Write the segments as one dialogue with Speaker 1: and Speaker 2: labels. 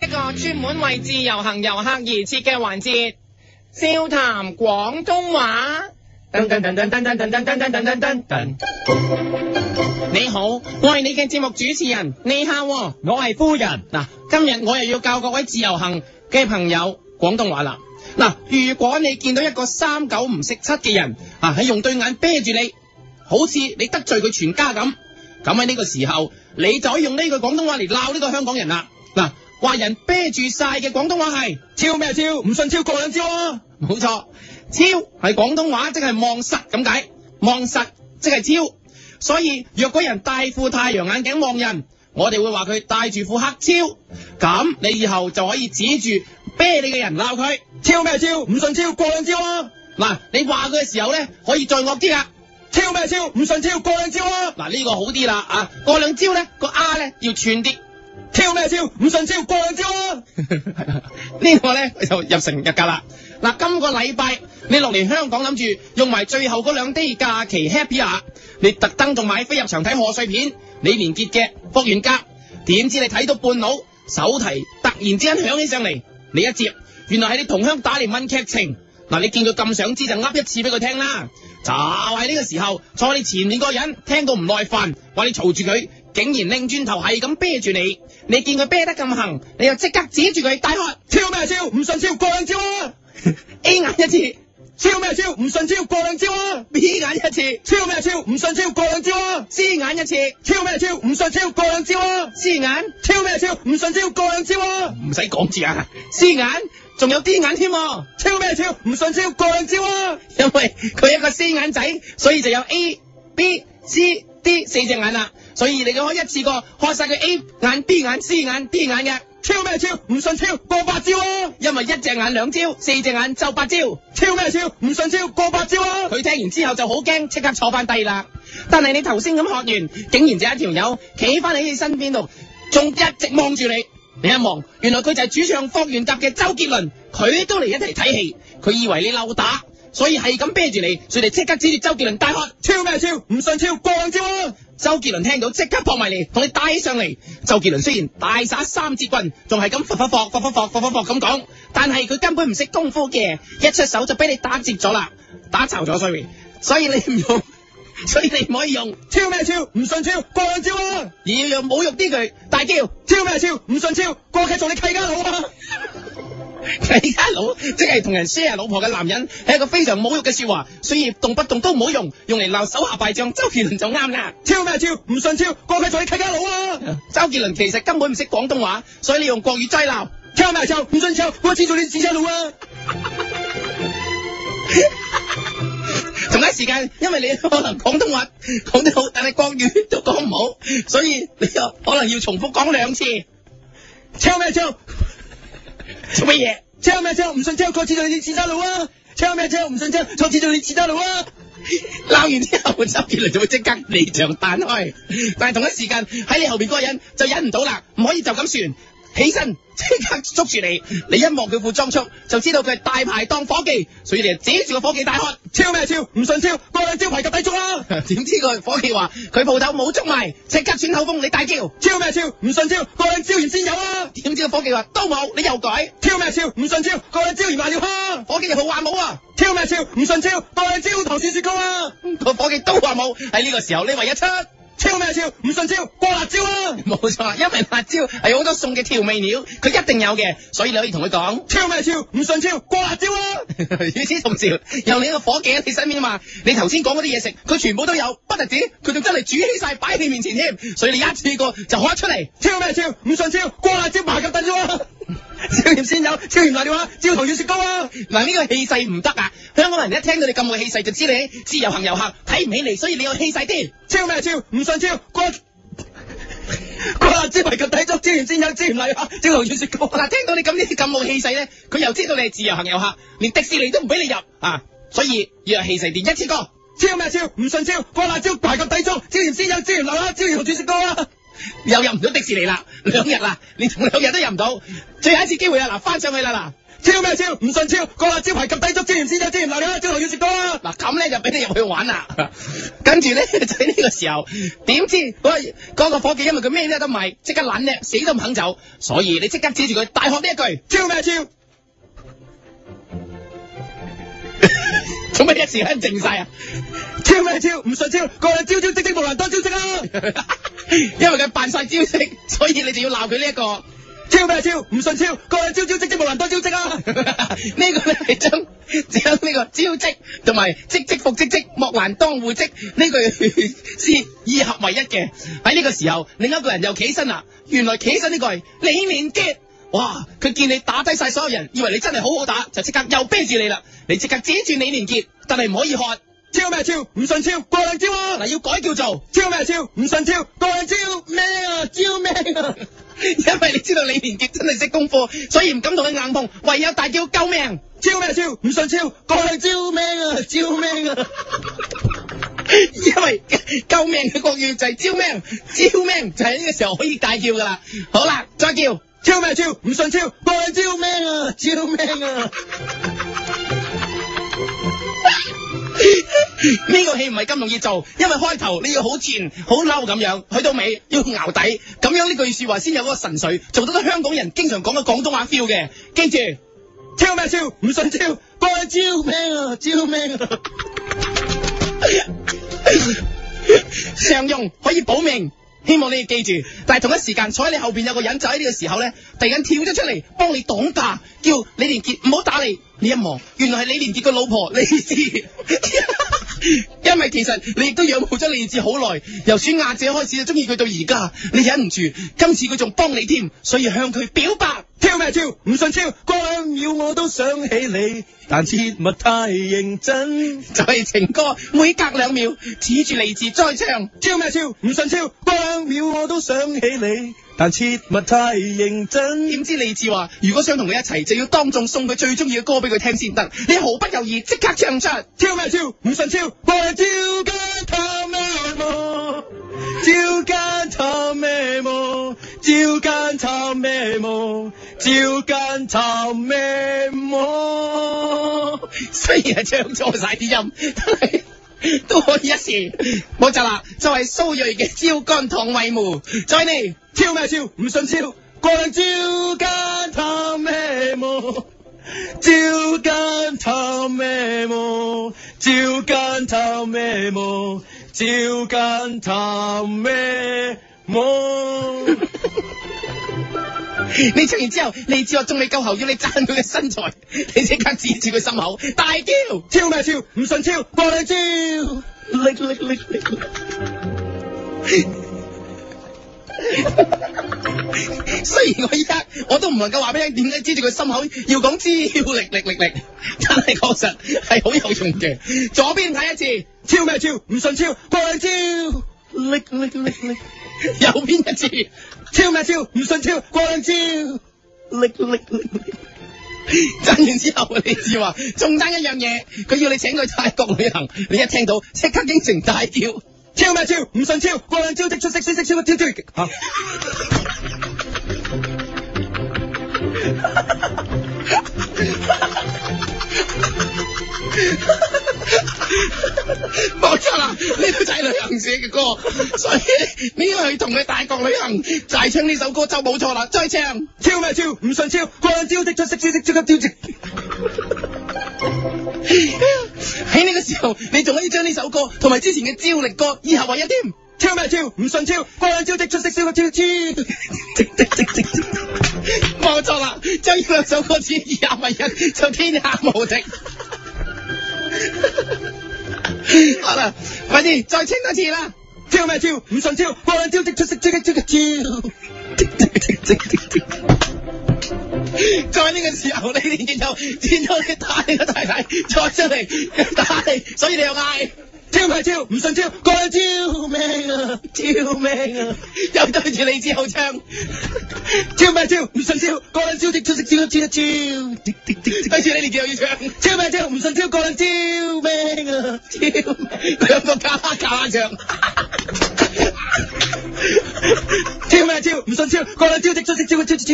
Speaker 1: 個專門為自由行遊客而設嘅環節，笑談廣東話。噔噔噔噔噔噔噔噔噔噔噔噔噔。你好，我係你嘅節目主持人，你好，我係夫人。嗱，今日我又要教各位自由行嘅朋友廣東話啦。嗱，如果你見到一個三九唔識七嘅人啊，係用對眼啤住你，好似你得罪佢全家咁，咁喺呢個時候，你就可以用呢句廣東話嚟鬧呢個香港人啦。嗱，話人啤住晒嘅廣東話係超咩超？唔信超過兩招啊！冇錯，超係廣東話，即係望實咁解，望實即係超。所以若果人戴副太陽眼鏡望人，我哋會話佢戴住副黑超。咁你以後就可以指住啤你嘅人鬧佢，超咩超？唔信超過兩招啊！嗱，你話佢嘅時候咧，可以再惡啲啊啦。超咩超？唔信超過兩招啊！嗱，呢個好啲啦啊，過兩招咧個 R 咧要串啲。超咩超？唔信超過兩招啊！ 呢個咧就入成日㗎啦。嗱，今個禮拜你落嚟香港諗住用埋最後嗰兩 day 假期 happy 啊！你特登仲買飛入場睇賀歲片，李連杰嘅《霍元甲》，點知你睇到半路，手提突然之間響起上嚟，你一接，原來係你同鄉打嚟問劇情。嗱，你見佢咁想知就噏一次俾佢聽啦。就喺呢個時候，坐你前面嗰個人聽到唔耐煩，話你嘈住佢，竟然擰轉頭係咁啤住你。你見佢啤得咁行，你就即刻指住佢大喝：超咩超？唔信超過兩招啊！A 眼一次。超咩超？唔信超過兩招啊！B 眼一次，超咩超？唔信超過兩招啊！C 眼一次，超咩超？唔信超過兩招啊！C 眼，超咩超？唔信超過兩招啊！唔使講字啊！C 眼，仲有 D 眼添，超咩超？唔信超過兩招啊！因為佢一個 C 眼仔，所以就有 A、B、C、D 四隻眼啦，所以你就可以一次過開晒佢 A 眼、B 眼、C 眼、D 眼嘅。超咩超？唔信超過八招啊！因為一隻眼兩招，四隻眼就八招。超咩超？唔信超過八招啊！佢聽完之後就好驚，即刻坐翻低啦。但係你頭先咁學完，竟然就一條友企翻喺你身邊度，仲一直望住你。你一望，原來佢就係主唱《霍元甲》嘅周杰倫，佢都嚟一齊睇戲。佢以為你溜打，所以係咁啤住你，所以你即刻指住周杰倫大喝：超咩超？唔信超過兩招啊！周杰倫聽到即刻撲埋嚟，同你帶起上嚟。周杰倫雖然大耍三節棍，仲係咁霍霍霍霍霍霍霍霍咁講，但係佢根本唔識功夫嘅，一出手就俾你打折咗啦，打巢咗，sorry。所以你唔用，所以你唔可以用超咩超？唔信超過兩招啊！而要用侮辱啲佢，大叫 超咩超？唔信超過契做你契家佬啊！契家佬即係同人 share 老婆嘅男人，係一個非常侮辱嘅說話，所以動不動都唔好用，用嚟鬧手下敗將周杰倫就啱啦。超咩超？唔信超，過佢做你契家佬啊！周杰倫其實根本唔識廣東話，所以你用國語齋鬧。超咩超？唔信超，我知做你自家佬啊！同一時間，因為你 可能廣東話講得好，但係國語都講唔好，所以你就可能要重複講兩次。超咩超？做乜嘢？超咩超？唔信超，錯次做你自打佬啊！超咩超？唔信超，錯次做你自打佬啊！鬧完之後，周杰倫就會即刻離場彈開。但係同一時間喺你後邊嗰個人就忍唔到啦，唔可以就咁算，起身即刻捉住你。你一望佢副裝束，就知道佢係大排檔伙計，所以你就指住個伙計大喝： 超咩超？唔信超，過兩招牌及啊底捉啦！點知個伙計話佢鋪頭冇捉埋，即刻轉口風，你大叫：超咩超？唔信超，過兩招完先有啊！點知個伙計話都冇，你又改：超咩超？唔信超，過兩招完賣了哈！伙計又話冇啊！超咩超？唔信超，過兩招糖蒜雪糕啊！個伙計都話冇，喺呢個時候你唯一出。超咩超？唔信超，過辣椒啊！冇錯，因為辣椒係好多餸嘅調味料，佢一定有嘅，所以你可以同佢講 超咩超？唔信超，過辣椒啊！與此同時，有你一個伙計喺你身邊啊嘛，你頭先講嗰啲嘢食，佢全部都有，不特止，佢仲真係煮起晒擺喺你面前添，所以你一次過就可出嚟超咩超？唔信超，過辣椒麻咁燉啫超鹽鮮有，超鹽辣料啊，焦糖軟雪糕啊！嗱，呢個氣勢唔得啊！香港人一聽到你咁嘅氣勢，就知你自由行遊客睇唔起你，所以你要氣勢啲。超咩超？唔信超，過過辣椒埋及底粥，椒鹽鮮有，椒鹽辣料啊，焦糖軟雪糕。嗱，聽到你咁呢啲咁冇氣勢咧，佢又知道你係自由行遊客，連迪士尼都唔俾你入啊！所以要有氣勢啲，一次過。超咩超？唔信超，過辣椒埋及底粥，椒鹽鮮有，椒鹽辣料啊，焦糖軟雪糕啊！又入唔到迪士尼啦，兩日啦，連同兩日都入唔到，最後一次機會啦，嗱，翻上去啦嗱，超咩超？唔信超，個辣椒排及低足之前先有之前嗱，你啦，最後要食多啦，嗱咁咧就俾你入去玩啦，跟住咧就喺呢個 時候，點知嗰、嗰個伙計因為佢咩都得賣，即刻撚咧，死都唔肯走，所以你即刻指住佢大喝呢一句超咩超？做乜一時間靜晒啊？超咩超？唔信超，個人招招積積無能多招積啦。 因為佢扮晒招式，所以你就要鬧佢呢一個 超咩超？唔信超，個人招招積積無能多招積啦。呢個咧係將將呢個招積同埋積積復積積，莫難當戶積呢句 詩二合為一嘅。喺呢個時候，另一個人又企身啦。原來企起身呢個係李連杰。哇！佢見你打低晒所有人，以為你真係好好打，就即刻又啤住你啦。你即刻指住李連杰，但係唔可以喝。超咩超？唔信超，過兩招啊！嗱，要改叫做 超咩超？唔信超，過兩招咩啊？招咩啊？因為你知道李連杰真係識功夫，所以唔敢同佢硬碰，唯有大叫救命！超咩超？唔信超，過兩招咩啊？招咩啊？ 因為救命嘅國語就係招命，招命就係呢個時候可以大叫噶啦。好啦，再叫超咩超？唔信超，過兩招咩啊？招咩啊？ 呢個戲唔係咁容易做，因為開頭你要好賤、好嬲咁樣，去到尾要淆底，咁樣呢句說話先有嗰個神髓，做得到香港人經常講嘅廣東話 feel 嘅。記住，超咩超？唔信超，過嚟招咩啊？招咩啊？ 常用可以保命。希望你哋記住，但係同一時間坐喺你後邊有個人就喺呢個時候咧，突然間跳咗出嚟幫你擋架，叫李連杰唔好打你。你一望，原來係李連杰個老婆李治。 因為其實你亦都仰慕咗李治好耐，由選亞姐開始就中意佢到而家，你忍唔住，今次佢仲幫你添，所以向佢表白。跳咩跳？唔信超，過兩秒我都想起你，但切勿太認真。就係情歌，每隔兩秒指住嚟自再唱。超咩超？唔信超，過兩秒我都想起你，但切勿太認真。點知李志話，如果想同佢一齊，就要當眾送佢最中意嘅歌俾佢聽先得。你毫不猶豫，即刻唱出。 超咩超？唔信超，過兩朝間探咩夢，朝間探咩夢，朝間探咩夢。照間尋咩魔？雖然係唱錯晒啲音，但係 都可以一試。冇就啦，就係蘇芮嘅《朝干唐衛母》。再嚟，超咩超？唔信超，過兩朝間探咩魔？朝間探咩魔？朝間探咩魔？朝間探咩魔？你唱完之後，你知我仲未夠喉，要你讚佢嘅身材，你即刻指住佢心口大叫：超咩超？唔信超，過兩招，力力力力。 雖然我依家我都唔能夠話俾你聽點解指住佢心口要講知要力力力力， 但係確實係好有用嘅。左邊睇一次，超咩超？唔信超，過兩招，力力力力。右邊一次，超咩超？唔信超，過兩招，力力力力。震完之後，李志話仲爭一樣嘢，佢要你請佢泰國旅行。你一聽到即刻應承大叫，超咩超？唔信超，過兩招即出色色色超超超。嚇！冇錯啦，呢個就係旅行社嘅歌，所以你要去同佢大國旅行，就係唱呢首歌就冇錯啦。再唱， 超咩超？唔信超，過兩招即出色超色超級超喺呢個時候，你仲可以將呢首歌同埋之前嘅招力歌以合為一添。超咩超？唔信超，過兩招即出色超級超超。冇錯啦，將呢兩首歌詞二合為一，就天下無敵。好啦，快啲再清多次啦！超咩超？唔信超，過兩招即出色，即刻即刻超！在呢個時候，你連見到見到你打你個太太，再出嚟打你，所以你又嗌。超咩超？唔信超，過兩招咩啊？ 招咩啊？又對住你之後唱，超咩超？唔信超，過兩招
Speaker 2: 招的出色招招招，滴滴滴滴
Speaker 1: 跟住呢，你就要唱。
Speaker 2: 招咩招？唔信招過兩招咩啊？
Speaker 1: 跳佢有個架下架下唱，
Speaker 2: 招咩招？唔信招過兩招的出色招招招招，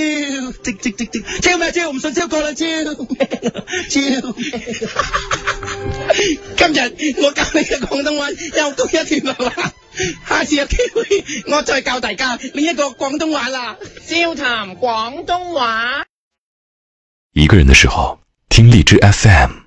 Speaker 2: 滴滴滴滴。招咩招？唔信招過兩招咩啊？招。
Speaker 1: 今日我教你嘅廣東話又到一段落啦， 下次有機會我再教大家另一個廣東話啦。笑談廣東話。
Speaker 3: 一个人的时候，听荔枝 FM。